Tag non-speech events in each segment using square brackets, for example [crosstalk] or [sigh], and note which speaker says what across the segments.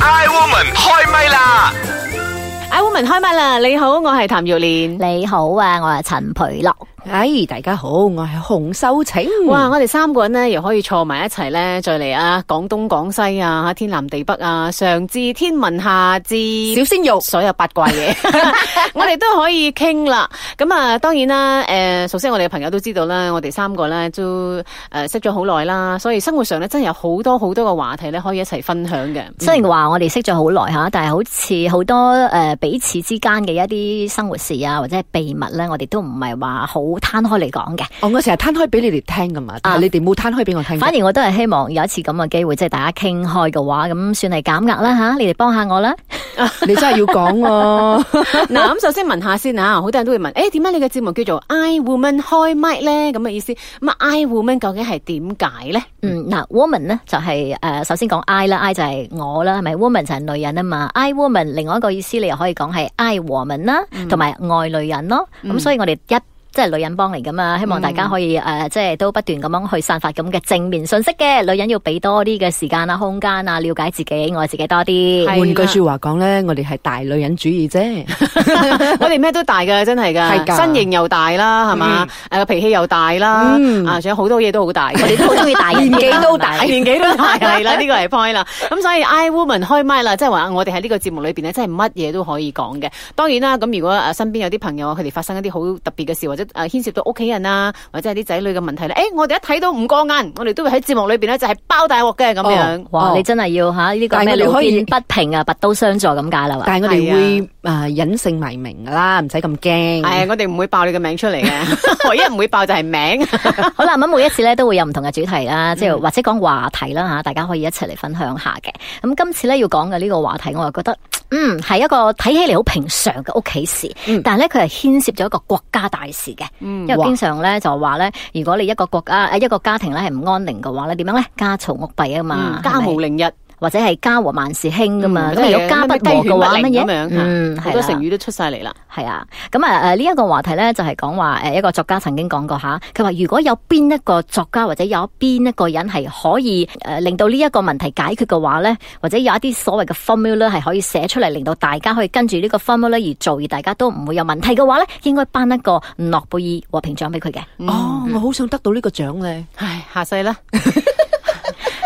Speaker 1: Iwoman 開唛啦！
Speaker 2: I woman 開唛啦！你好，我係譚耀蓮。
Speaker 3: 你好啊，我係陳培樂。
Speaker 4: 哎，大家好，我係洪秀晴。
Speaker 2: 哇！我哋三個人咧，又可以坐埋一齊咧，再嚟啊，廣東、廣西啊，天南地北啊，上至天文，下至
Speaker 4: 小鮮肉，
Speaker 2: 所有八卦
Speaker 4: [laughs]
Speaker 2: 嘢，我哋都可以傾啦。咁啊，當然啦，誒、熟悉我哋嘅朋友都知道啦，我哋三個咧都誒、識咗好耐啦，所以生活上咧真係有好多好多嘅話題咧，可以一齊分享嘅。
Speaker 3: 雖然話我哋識咗好耐吓，但係好似好多诶、呃彼此之間嘅一啲生活事啊，或者係秘密咧，我哋都唔係話好攤開嚟講嘅。
Speaker 4: 哦，我成日攤開俾你哋聽噶嘛，但係你哋冇攤開俾我聽。
Speaker 3: 反而我都係希望有一次咁嘅機會，即係大家傾開嘅話，咁算係減壓啦吓，你哋幫下我啦。
Speaker 4: 你真係要講喎。
Speaker 2: [laughs] 嗱，咁首先問下先吓，好多人都會問，誒點解你嘅節目叫做 I Woman 開麥咧？咁嘅意思，咁啊 I Woman 究竟係點解咧？
Speaker 3: 嗯，嗱，woman 咧就係呃首先講 I 啦，I 就係我啦，係咪？woman 就係女人啊嘛，I woman 另外一個意思你又可以講係 I woman 啦，
Speaker 4: 嗯
Speaker 3: 同埋愛女人咯。咁、所以我哋一即係女人幫嚟噶嘛，
Speaker 4: 嗯
Speaker 3: 希望大家可以誒、呃即係都不斷咁樣去散發咁嘅正面信息嘅。女人要俾多啲嘅時間啊、空間啊，了解自己、愛自己多啲。
Speaker 2: 係啦
Speaker 4: 換句說話講咧，我哋係大女人主義啫。
Speaker 2: 我哋咩都大噶，真係
Speaker 4: 係
Speaker 2: 噶，
Speaker 4: 㗎
Speaker 2: 身形又大啦，係嘛？誒脾氣又大啦，啊仲有好多嘢都好大嘅。
Speaker 3: 我哋都好中意
Speaker 4: [laughs]
Speaker 3: 大人
Speaker 4: 年紀都
Speaker 3: 大
Speaker 2: 年紀都大係啦，呢個係 point 啦。咁所以 I Woman 開麥啦，即係話我哋喺呢個節目裏邊咧，真係乜嘢都可以講嘅。當然啦，咁如果誒身邊有啲朋友啊佢哋發生一啲好特別嘅事，或者誒牽涉到屋企人啊，或者係啲仔女嘅問題咧，誒、我哋一睇到唔過眼，我哋都會喺節目裏邊咧就係包大鑊嘅咁樣。
Speaker 3: 哇！
Speaker 4: 哦
Speaker 3: 你真係要嚇呢個
Speaker 4: 但係
Speaker 3: 咩
Speaker 4: 我哋
Speaker 3: 路
Speaker 4: 可
Speaker 3: 見
Speaker 4: 以
Speaker 3: 不平啊，拔刀相助咁解啦喎。
Speaker 4: 但係我哋
Speaker 2: 係
Speaker 4: 會啊隱姓埋名㗎啦，唔使咁驚。
Speaker 2: 係啊，我哋唔會爆你嘅名出嚟嘅，唯一唔會爆就係名。
Speaker 3: 好啦，咁每一次咧都會有唔同嘅主題啦，
Speaker 2: 嗯
Speaker 3: 即係或者講話題啦吓，大家可以一齊嚟分享下嘅。咁今次咧要講嘅呢個話題，我又覺得。嗯，係一個睇起嚟好平常嘅屋企事，
Speaker 2: 嗯
Speaker 3: 但係咧佢係牽涉咗一個國家大事嘅，因為
Speaker 4: 哇
Speaker 3: 經常咧就話咧，如果你一個國家啊誒一個家庭咧係唔安寧嘅話咧，點樣咧家嘈屋閉啊嘛，
Speaker 2: 嗯家
Speaker 3: 係咪
Speaker 2: 無寧日。
Speaker 3: 或者係家和萬事興噶嘛，
Speaker 2: 嗯
Speaker 3: 咁如果家不和嘅話
Speaker 2: 咩
Speaker 3: 乜
Speaker 2: 低血壓咁
Speaker 3: 嘢
Speaker 2: 樣，
Speaker 3: 嗯，
Speaker 2: 好
Speaker 3: 係
Speaker 2: 多
Speaker 3: 啦
Speaker 2: 成。語都出晒嚟啦。
Speaker 3: 係啊，咁啊誒呢一個話題咧，就係講話呃誒一個作家曾經講過吓，佢話如果有邊一個作家或者有邊一個人係可以誒、呃令到呢一個問題解決嘅話咧，或者有一啲所謂嘅 formula 係可以寫出嚟，令到大家可以跟住呢個 formula 而做，而大家都唔會有問題嘅話咧，應該頒一個諾貝爾和平獎俾佢嘅。
Speaker 2: 嗯
Speaker 4: 哦，我好想得到呢個獎咧。
Speaker 2: 唉，下世啦。 [laughs]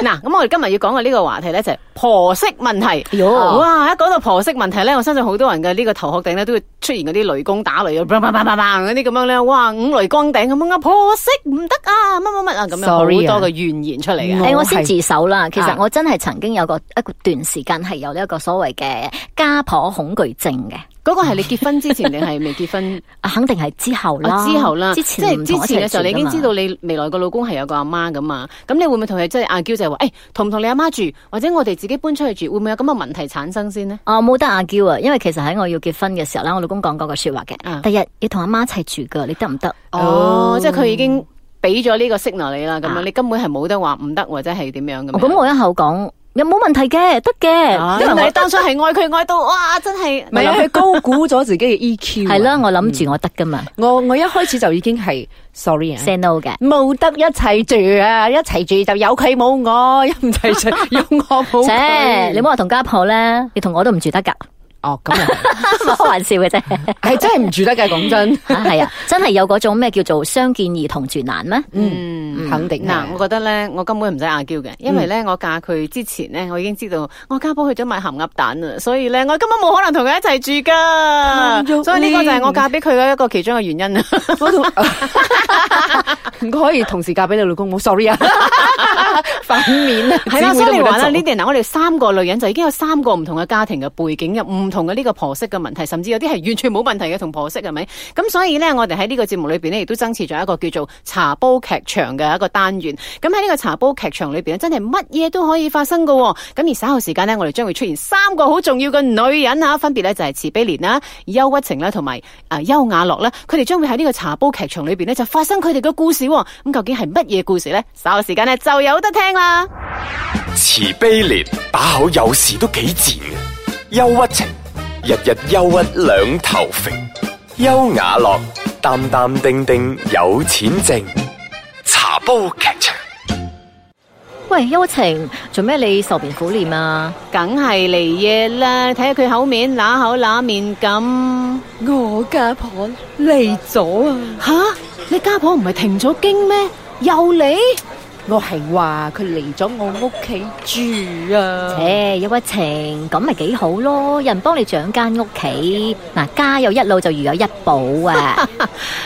Speaker 2: 嗱，咁我哋今日要講嘅呢個話題咧就係婆媳問題。
Speaker 3: 喲
Speaker 2: 哇！一講到婆媳問題咧，我相信好多人嘅呢個頭殼頂咧都會出現嗰啲雷公打雷，啊砰砰砰砰砰嗰啲咁樣咧，哇！五雷光頂咁樣啊，婆媳唔得啊，乜乜乜啊，咁樣好
Speaker 4: Sorry 啊
Speaker 2: 多嘅怨言出嚟嘅。
Speaker 4: 我
Speaker 3: 誒，我先
Speaker 4: 係
Speaker 3: 自首啦。其實
Speaker 4: 啊
Speaker 3: 我真係曾經有個一個段時間係有呢一個所謂嘅呃家婆恐懼症嘅，
Speaker 2: 嗰個係你結婚之前定
Speaker 3: [laughs]
Speaker 2: 係未結婚？
Speaker 3: 啊肯定係之後啦。
Speaker 2: 啊之後啦，
Speaker 3: 之前
Speaker 2: 即
Speaker 3: 唔
Speaker 2: 係
Speaker 3: 同
Speaker 2: 之
Speaker 3: 我一
Speaker 2: 前
Speaker 3: 齊
Speaker 2: 嘅時候，你已
Speaker 3: 住
Speaker 2: 經
Speaker 3: 㗎
Speaker 2: 知
Speaker 3: 嘛
Speaker 2: 道你未來個老公係有個阿媽噶嘛？咁你會唔會同佢即係阿嬌就係話，誒同唔同你阿媽住，或者我哋自己搬出去住，會唔會有咁嘅問題產生先呢？
Speaker 3: 啊，冇得阿嬌啊，因為其實喺我要結婚嘅時候咧，我老公講過個说話
Speaker 2: 嗯
Speaker 3: 嘅，第日要同阿媽一齊住噶，你得唔得？
Speaker 2: 哦，即係佢已經俾咗呢個 signal 你啦，咁樣
Speaker 3: 啊哦
Speaker 2: 你根本係冇得話唔得或者係點樣咁樣。
Speaker 3: 咁我一口講有冇問題嘅，得嘅，
Speaker 2: 啊
Speaker 3: 因
Speaker 2: 因為
Speaker 3: 為
Speaker 2: 你當初係愛佢愛到哇，真係
Speaker 4: 唔係啊，佢高估咗自己嘅 EQ
Speaker 3: 我
Speaker 4: 啊。
Speaker 3: [laughs] 係啦，我諗
Speaker 2: 嗯
Speaker 3: 住我得噶嘛
Speaker 4: 我我一開始就已經係 sorry 啊。
Speaker 3: ，say no 嘅。
Speaker 4: 冇得一齊住啊！一齊住就有佢冇我，一唔齊住有我冇
Speaker 3: 切，
Speaker 4: 佢。
Speaker 3: 你冇話同家婆咧，你同我都唔住
Speaker 2: [laughs]
Speaker 3: 得噶，
Speaker 4: 哦咁啊，
Speaker 3: 開玩笑嘅啫。
Speaker 4: 係真係唔住得嘅，講真，
Speaker 3: 啊係啊，真係有嗰種咩叫做相見而同住難咩？
Speaker 2: 嗯。
Speaker 4: 肯定
Speaker 2: 嗱，我
Speaker 4: 係
Speaker 2: 覺得咧，我根本唔使阿嬌嘅，因為咧，我嫁佢之前咧，我已經知道我家婆去咗買鹹鴨蛋啊，所以咧，我根本冇可能同佢一齊住噶
Speaker 4: 譚玉，蓮
Speaker 2: 所以呢個就係我嫁俾佢嘅一個其中嘅原因啊。
Speaker 4: 我同 [laughs] 唔可以同時嫁俾你老公，我 sorry [laughs] 啊，反面啊，
Speaker 2: 係啦，
Speaker 4: 姊妹
Speaker 2: 所
Speaker 4: 都
Speaker 2: 以你
Speaker 4: 冇得
Speaker 2: 話啦，
Speaker 4: 做
Speaker 2: 呢啲嗱，我哋三個女人就已經有三個唔同嘅家庭嘅背景，有唔同嘅呢個婆媳嘅問題，甚至有啲係完全冇問題嘅同婆媳係咪？咁所以呢，我哋喺呢個節目裏邊呢，亦都增設咗一個叫做茶煲劇場嘅一個單元。咁喺呢個茶煲劇場裏邊咧，真係乜嘢都可以發生嘅喎。咁而稍後時間呢，我哋將會出現三個好重要嘅女人啊，分別呢就係慈悲蓮啦、憂鬱情啦，同埋啊優雅樂啦，佢哋將會喺呢個茶煲劇場裏邊呢，就發生佢哋嘅故事喎。咁究竟係乜嘢故事呢？稍後時間呢，就有得聽啦。
Speaker 1: 慈悲蓮把口有時都幾賤嘅，憂鬱情日日憂鬱兩頭肥，優雅樂淡淡定定有錢剩，茶煲劇場。
Speaker 3: 喂，邱晴，做咩你受面苦臉啊？
Speaker 2: 梗係嚟嘢啦，睇下佢口面揦口揦面咁。
Speaker 4: 我家婆嚟咗啊！
Speaker 2: 吓，你家婆唔係停咗經咩？又嚟？
Speaker 4: 我係話佢嚟咗我屋企住啊！
Speaker 2: 嗯
Speaker 3: 切，有一情咁咪幾好咯，有人幫你掌間屋企，嗱家有一老就如有一寶啊！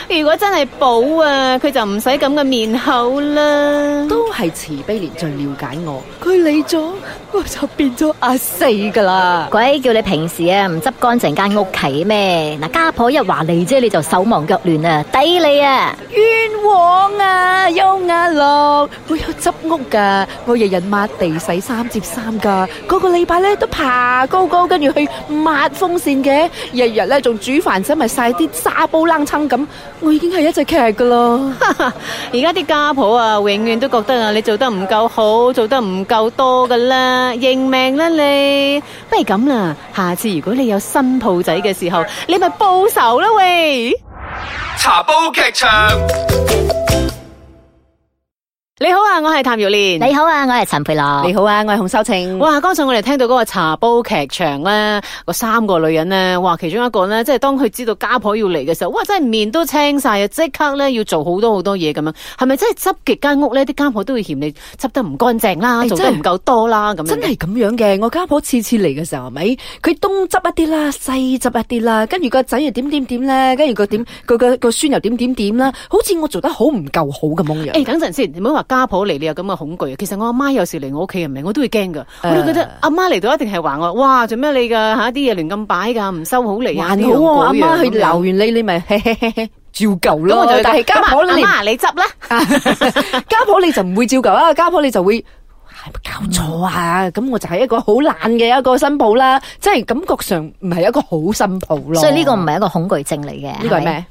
Speaker 2: 如果真係補啊，佢就唔使咁嘅面口啦。
Speaker 4: 都係慈悲蓮最了解我，佢嚟咗我就變咗阿四噶啦。
Speaker 3: 鬼叫你平時啊唔執乾淨間屋企咩？嗱家婆一話嚟啫，你就手忙腳亂啊，抵你啊！
Speaker 4: 冤枉啊，邱亞樂，我有哎執屋噶，我日日抹地、洗衫、摺衫噶，嗰、個禮拜咧都爬高高，跟住去抹風扇嘅，日日咧仲煮飯仔咪晒啲沙煲冷撐咁，我已經係一隻劇噶啦。
Speaker 2: 而家啲家婆啊，永遠都覺得啊，你做得唔夠好，做得唔夠多噶啦，認命啦你。不如咁啦，下次如果你有新鋪仔嘅時候，你咪報仇啦喂！
Speaker 1: 茶煲劇場。
Speaker 2: 你好啊，我係譚玉蓮。
Speaker 4: 嗯
Speaker 3: 你好啊，我係陳佩樂。
Speaker 4: 好啊，我係洪秀晴
Speaker 2: 哇！剛才我哋聽到嗰個茶煲劇場咧，嗰三個女人咧，哇！其中一個咧，即係當佢知道家婆要嚟嘅時候，哇！真係面都青晒啊！即刻咧要做好多好多嘢咁樣，係咪真係執極間屋咧？啲家婆都會嫌你執得唔乾淨啦，
Speaker 4: 哎
Speaker 2: 做得
Speaker 4: 真係
Speaker 2: 唔夠多啦咁樣。
Speaker 4: 真係咁樣嘅，我家婆次次嚟嘅時候係咪？佢東執一啲啦，西執一啲啦，跟住個仔又點點點咧，跟住個點個個個孫又點點點啦，好似我做得好唔夠好咁樣樣。
Speaker 2: 誒、等陣先，你唔好話家婆嚟，你有咁嘅恐懼。其實我阿媽有時嚟我屋企係咪，我都會驚噶。我都覺得阿媽嚟到一定係話我，哇，做咩你噶嚇啲嘢亂咁擺㗎，唔收好嚟啊！
Speaker 4: 還
Speaker 2: 呢
Speaker 4: 好
Speaker 2: 樣
Speaker 4: 喎，
Speaker 2: 嗰
Speaker 4: 阿媽
Speaker 2: 樣
Speaker 4: 去
Speaker 2: 咁樣
Speaker 4: 鬧完你，你咪嘿嘿嘿嘿照舊
Speaker 2: 咁我
Speaker 4: 咯
Speaker 2: 就。
Speaker 4: 但係家婆
Speaker 2: 阿
Speaker 4: 你 [laughs]
Speaker 2: 媽你執啦。
Speaker 4: 家婆你就唔會照舊啊，家婆你就會。係咪搞錯啊！咁我就係一個好懶嘅一個新抱啦，即係感覺上唔係一個好新抱咯。
Speaker 3: 所以呢個唔係一個恐懼症嚟嘅，
Speaker 4: 呢個係
Speaker 3: 咪？
Speaker 4: 咩？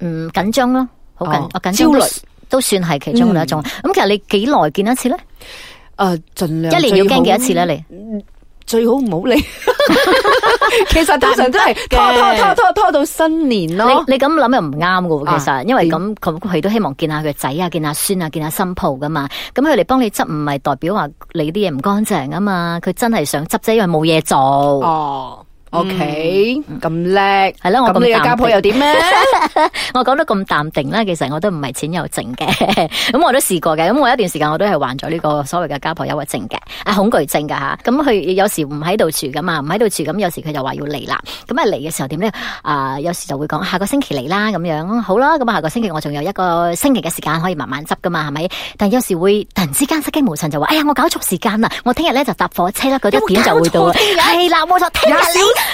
Speaker 3: 嗯，緊張咯，好緊，
Speaker 4: 哦
Speaker 3: 我緊張
Speaker 4: 焦
Speaker 3: 都
Speaker 4: 慮嗯
Speaker 3: 都算係其中嘅一種。咁其實你幾耐見一次咧？
Speaker 4: 誒，盡量
Speaker 3: 一年要
Speaker 4: 最好
Speaker 3: 驚幾多次咧？你？
Speaker 4: 最好唔好 [laughs] 理。其實通常都係拖拖拖拖拖到新年咯。
Speaker 3: 你你咁諗又唔啱噶喎，其實，
Speaker 4: 啊
Speaker 3: 因為咁咁佢都希望見下佢仔啊，見下孫啊，見下新抱噶嘛。咁佢嚟幫你執，唔係代表話你啲嘢唔乾淨啊嘛。佢真係想執啫，因為冇嘢做。
Speaker 4: 哦，OK，咁叻。
Speaker 3: 係啦我咁
Speaker 4: 咁你嘅
Speaker 3: 淡
Speaker 4: 家婆
Speaker 3: 定
Speaker 4: 又點咧？
Speaker 3: 我講得咁淡定啦，其實我都唔係錢有剩嘅， [laughs] 咁我都試過嘅。咁我有一段時間我都係患咗呢個所謂嘅家婆憂鬱症嘅，啊恐懼症㗎吓。咁佢有時唔喺度住噶嘛，唔喺度住咁有時佢就話要嚟啦。咁啊嚟嘅時候點咧？啊有時就會講下個星期嚟啦咁樣，好啦，咁啊下個星期我仲有一個星期嘅時間可以慢慢執噶嘛，係咪？但有時會突然之間失驚無神就話：哎呀我搞錯時間啦，我聽日咧就搭火車啦，佢一點就會到啦。係啦，冇錯，聽日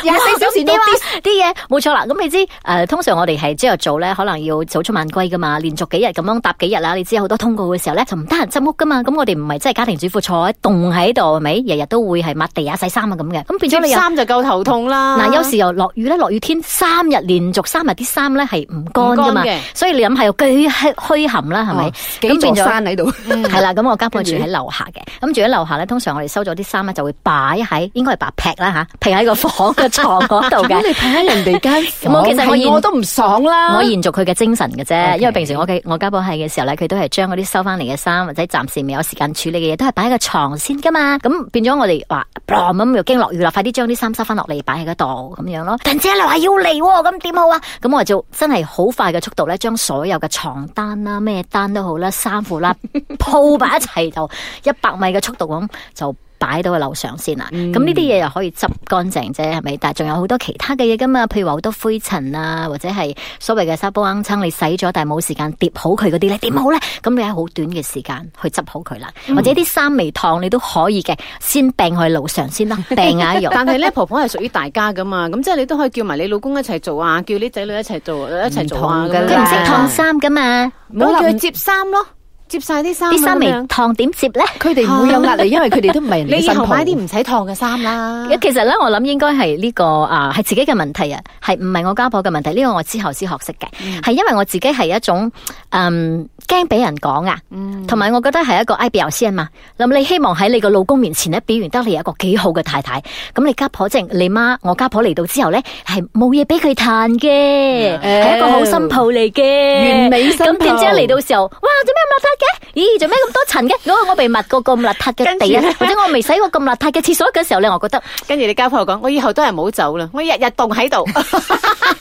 Speaker 3: 你啊
Speaker 4: 廿四小時
Speaker 3: 哇
Speaker 4: 啊 notice
Speaker 3: 啲嘢冇錯啦，咁你知誒、呃通常我哋係朝頭早咧，可能要早出晚歸噶嘛，連續幾日咁樣搭幾日啦。你知有好多通告嘅時候咧，就唔得閒執屋噶嘛。咁我哋唔係真係家庭主婦坐喺凍喺度，係咪？日日都會係抹地啊、洗衫啊咁嘅。咁變咗
Speaker 2: 接
Speaker 3: 你又
Speaker 2: 衫就夠頭痛啦。
Speaker 3: 嗱，有時又落雨咧，落雨天三日連續三日啲衫咧係唔乾噶
Speaker 2: 唔
Speaker 3: 嘛
Speaker 2: 乾嘅，
Speaker 3: 所以你諗下又幾虛虛冚啦，係咪
Speaker 4: 哦？幾座
Speaker 3: 變咗
Speaker 4: 山喺度？
Speaker 2: 嗯
Speaker 3: 系啦，咁我家婆
Speaker 4: 跟
Speaker 3: 住
Speaker 4: 住
Speaker 3: 喺樓下嘅，咁住喺樓下咧，通常我哋收咗啲衫咧，就會擺喺，應該係擺劈啦吓，劈喺個房嘅床嗰度嘅。
Speaker 4: 咁你睇下人哋間
Speaker 3: 我
Speaker 4: 房，
Speaker 3: 其實我
Speaker 4: 係
Speaker 3: 現
Speaker 4: 我都唔爽啦。
Speaker 3: 我延續佢嘅精神嘅啫，因為平時我嘅我家婆係嘅時候咧，佢都係將嗰啲收翻嚟嘅衫或者暫時未有時間處理嘅嘢，都係擺喺個床先噶嘛。咁變咗我哋話，砰咁又驚落雨啦，快啲將啲衫收翻落嚟擺喺嗰度咁樣咯。突然之間你話要嚟喎，咁點好啊？咁我就真係好快嘅速度咧，將所有嘅床單啦、咩單都好啦、衫褲 [laughs] 啦鋪埋一齊，就一百米嘅速度咁就。擺到去樓上先啦，咁呢啲嘢又可以執乾淨啫，係咪？但係仲有好多其他嘅嘢噶嘛，譬如話好多灰塵啊，或者係所謂嘅沙煲罌罉，你洗咗但係冇時間疊好佢嗰啲咧，點好咧？咁你喺好短嘅時間去執好佢啦，
Speaker 2: 嗯
Speaker 3: 或者啲衫未燙你都可以嘅，先病去路上
Speaker 2: [laughs]
Speaker 3: 先啦，病下用。
Speaker 2: 但係咧，婆婆係屬於大家噶嘛，咁即係你都可以叫埋你老公一齊做啊，叫你仔女一齊做，一齊做啊。
Speaker 4: 唔
Speaker 2: 咁
Speaker 4: 同
Speaker 2: 樣
Speaker 4: 㗎
Speaker 3: 佢唔識燙衫噶嘛，
Speaker 2: 咁
Speaker 4: 冇
Speaker 2: 叫
Speaker 4: 啦
Speaker 2: 佢接衫咯，接晒啲衫啊。
Speaker 3: 啲衫未
Speaker 2: 咁樣
Speaker 3: 燙點接咧？
Speaker 4: 佢哋唔會有壓力，因為佢哋都唔係人哋嘅
Speaker 2: 你以
Speaker 4: 新
Speaker 2: 後
Speaker 4: 抱。
Speaker 2: 買啲唔使燙嘅衫
Speaker 4: 啊
Speaker 2: 啦。
Speaker 3: 其實咧，我諗應該係呢個啊，係自己嘅問題啊，係唔係我家婆嘅問題？呢、個我之後先學識嘅，
Speaker 4: 嗯
Speaker 3: 係、因為我自己係一種嗯驚俾人講啊，
Speaker 4: 嗯
Speaker 3: 同埋、我覺得係一個 I B L 先嘛。咁你希望喺你個老公面前咧表現得你係一個幾好嘅太太，咁你家婆即係你媽，我家婆嚟到之後咧係冇嘢俾佢嘆嘅，係、一個好新抱嚟嘅，
Speaker 4: 嗯完美新抱
Speaker 3: 咁點知一嚟到時候，哇做咩抹得嘅？嘅？咦，做咩咁多塵嘅？如果我未抹過咁邋遢嘅地啊
Speaker 2: 跟，住
Speaker 3: 或者我未洗過咁邋遢嘅廁所嘅時候咧，我覺得
Speaker 2: 跟住你家婆講：我以後都係唔好走啦，我日日凍
Speaker 3: [laughs]
Speaker 2: 喺度，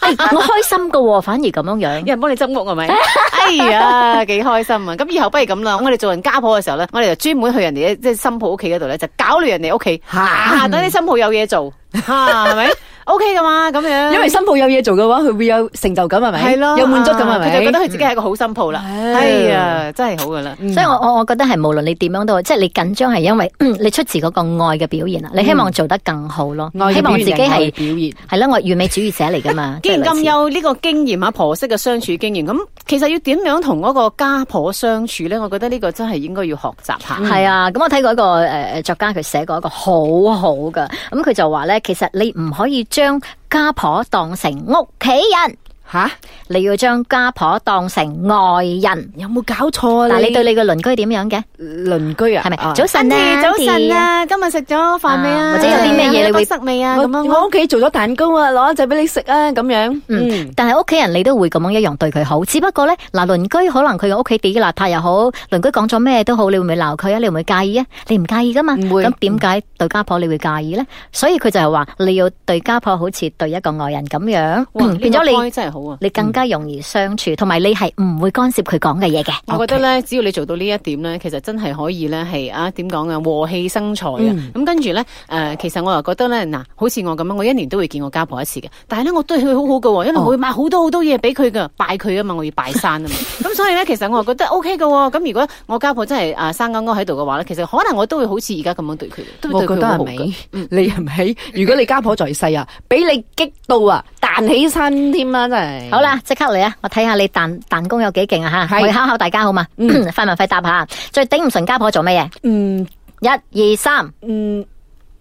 Speaker 3: 哎 [laughs] 我開心噶喎，反而咁樣樣
Speaker 2: 有。人幫你執屋
Speaker 3: [laughs]
Speaker 2: 係咪？哎呀，幾開心啊！咁以後不如咁啦，我哋做人家婆嘅時候咧，我哋就專門去人哋即係新抱屋企嗰度咧，就搞亂人哋屋企，啊等啲新抱有嘢做，吓
Speaker 3: [laughs]
Speaker 2: 係咪？OK 噶嘛，咁樣。
Speaker 4: 因為新抱有嘢做嘅話，佢會有成就感係咪？
Speaker 2: 係咯，
Speaker 4: 有滿足感係
Speaker 2: 啊佢就
Speaker 4: 咪？
Speaker 2: 覺得佢自己係一個好新抱啦。
Speaker 4: 嗯
Speaker 2: 哎呀，真係好噶啦。
Speaker 3: 所以我我我覺得係無論你點樣都好，即係你緊張係因為你出自嗰個愛嘅表現啦，你希望做得更好咯，
Speaker 4: 愛嘅
Speaker 3: 希望
Speaker 4: 表
Speaker 3: 自
Speaker 4: 現
Speaker 3: 己
Speaker 4: 人愛嘅
Speaker 3: 係
Speaker 4: 表現。
Speaker 3: 係啦，我係完美主義者嚟
Speaker 4: [laughs]
Speaker 3: 噶嘛。
Speaker 2: 既然
Speaker 3: 即係類
Speaker 2: 咁
Speaker 3: 似
Speaker 2: 有呢個經驗啊，婆媳嘅相處經驗，咁其實要點樣同嗰個家婆相處咧？我覺得呢個真係應該要學習下。
Speaker 3: 係啊，咁我睇過一個诶诶作家，佢寫過一個好好嘅，咁佢就話咧，其實你唔可以將家婆當成屋企人，
Speaker 4: 吓，
Speaker 3: 你要將家婆當成外人。
Speaker 4: 有冇搞錯啊？
Speaker 3: 嗱，你對你嘅鄰居點樣嘅？
Speaker 4: 鄰居啊？
Speaker 3: 係咪？
Speaker 4: 啊
Speaker 3: 早晨啊，
Speaker 2: 早晨
Speaker 3: Auntie
Speaker 2: 啊，今日食咗飯未啊？
Speaker 3: 啊或者有啲咩嘢你會
Speaker 2: 塞未啊？
Speaker 4: 我
Speaker 2: 咁樣
Speaker 4: 我屋企做咗蛋糕啊，攞一隻俾你食啊，咁樣。
Speaker 3: 嗯，但係屋企人你都會咁樣一樣對佢好，只不過咧嗱，鄰居可能佢嘅屋企地邋遢又好，鄰居講咗咩都好，你會唔會鬧佢啊？你會唔會介意啊？你唔介意噶嘛？
Speaker 2: 嗯
Speaker 4: 唔會
Speaker 3: 咁點解對家婆你會介意咧？所以佢就係話你要對家婆好似對一個外人咁樣，
Speaker 2: 哇
Speaker 3: 嗯
Speaker 2: 呢個
Speaker 3: 變咗你
Speaker 2: point 真係好啊！
Speaker 3: 你更加容易相處，同埋你係唔會干涉佢講嘅嘢嘅。
Speaker 2: 我覺得咧，只要你做到呢一點咧，其實真係可以咧，係啊點講啊，和氣生財啊。咁、跟住咧，誒、其實我又覺得咧，嗱，好似我咁樣，我一年都會見我家婆一次嘅。但係咧，我對佢好好嘅喎，因為我會買好多好多嘢俾佢嘅，拜佢啊嘛，我要拜山啊嘛。咁所以咧，其實我又覺得 O K 嘅喎。咁如果我家婆真係啊生勾勾喺度嘅話咧，其實可能我都會好似而家咁樣對佢，都
Speaker 4: 我
Speaker 2: 會
Speaker 4: 覺
Speaker 2: 對
Speaker 4: 得
Speaker 2: 佢好好嘅。
Speaker 4: 係咪？你係咪？如果你家婆在世啊，俾你激到啊，彈起身添啦，真
Speaker 2: 嗯
Speaker 4: 係。
Speaker 3: 好，啦，即刻嚟啊！我睇下你彈彈弓有幾勁啊吓，
Speaker 4: 係
Speaker 3: 我哋考考大家好嘛？
Speaker 2: 嗯
Speaker 3: [clears throat] 快問快答下，最頂唔順家婆做乜
Speaker 4: 嗯
Speaker 3: 嘢？一二三，
Speaker 4: 嗯，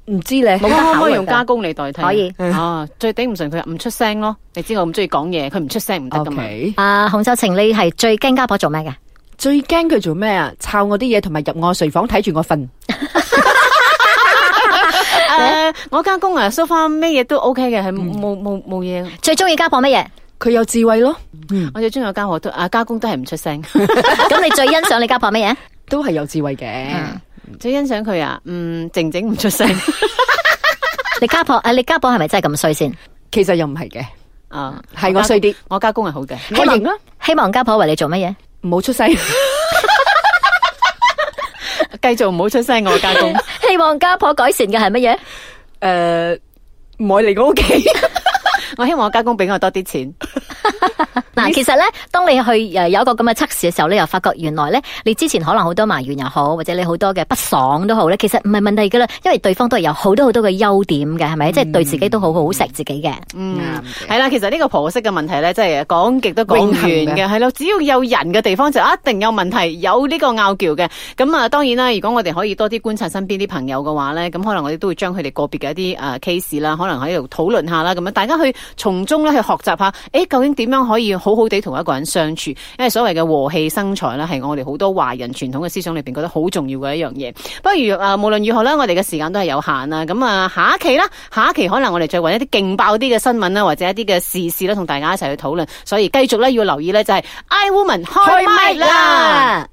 Speaker 4: 唔知咧。 [laughs]
Speaker 2: 可唔
Speaker 3: 考
Speaker 2: 可以
Speaker 3: 慮
Speaker 2: 用
Speaker 3: 㗎
Speaker 2: 加工嚟代替？
Speaker 3: 可以
Speaker 2: 哦，最頂唔順佢係唔出聲咯。你知我咁中意講嘢，佢唔出聲唔得
Speaker 4: O
Speaker 2: 噶嘛。
Speaker 4: K，
Speaker 3: 啊，洪秀晴，你係最驚家婆做咩嘅？
Speaker 4: 最驚佢做咩啊？抄我啲嘢，同埋入我睡房睇住我瞓。
Speaker 2: 诶，我家公啊，so far 咩嘢都 OK 嘅，係冇冇冇嘢。
Speaker 3: 最中意家婆乜 [laughs] 嘢？
Speaker 4: 佢有智慧咯，
Speaker 2: 我最中意我家婆都啊，家公都係唔出 [laughs] 聲。
Speaker 3: 咁你最欣賞你家婆乜嘢？
Speaker 4: 都係有智慧嘅。
Speaker 2: 嗯最欣賞佢啊，嗯，靜靜唔出 [laughs] 聲。
Speaker 3: 你家婆啊诶，你家婆係咪真係咁衰先？
Speaker 4: 其實又唔係嘅，
Speaker 2: 啊，
Speaker 4: 係我衰啲，
Speaker 2: 我家公係好嘅。
Speaker 4: 我型啦，
Speaker 3: 希望家婆為你做乜嘢？
Speaker 4: 唔
Speaker 2: [laughs]
Speaker 4: 好出聲。
Speaker 2: 繼續唔好出聲，我家公。
Speaker 3: 希望家婆改善嘅係乜嘢？
Speaker 4: 诶，唔愛嚟我屋企。
Speaker 2: [laughs] 我希望我家公俾我多啲錢。
Speaker 3: 嗱，其實咧，當你去诶有一個咁嘅測試嘅時候咧，又發覺原來咧，你之前可能好多埋怨又好，或者你好多嘅不爽都好咧，其實唔係問題噶啦，因為對方都係有好多好多嘅優點嘅，係咪？即係對自己都好好錫自己嘅。
Speaker 2: 嗯
Speaker 4: 啱，嘅
Speaker 2: 係啦，其實呢個婆媳嘅問題咧，真係講極都講唔完
Speaker 4: 永恆
Speaker 2: 嘅，係咯。只要有人嘅地方就一定有問題，有呢個拗撬嘅。咁啊，當然啦，如果我哋可以多啲觀察身邊啲朋友嘅話咧，咁可能我哋都會將佢哋個別嘅一啲誒 case 啦，可能喺度討論下啦，咁樣大家去從中咧去學習下，誒究竟點樣可以好好地同一個人相處？因為所謂嘅和氣生財啦，係我哋好多華人傳統嘅思想裏邊覺得好重要嘅一樣嘢。不如啊，無論如何啦，我哋嘅時間都係有限啦。咁啊，下一期啦，下一期可能我哋再揾一啲勁爆啲嘅新聞啊啦，或者一啲嘅時事啦，同大家一齊去討論。所以繼續咧要留意咧，就係 I Woman 開麥啦。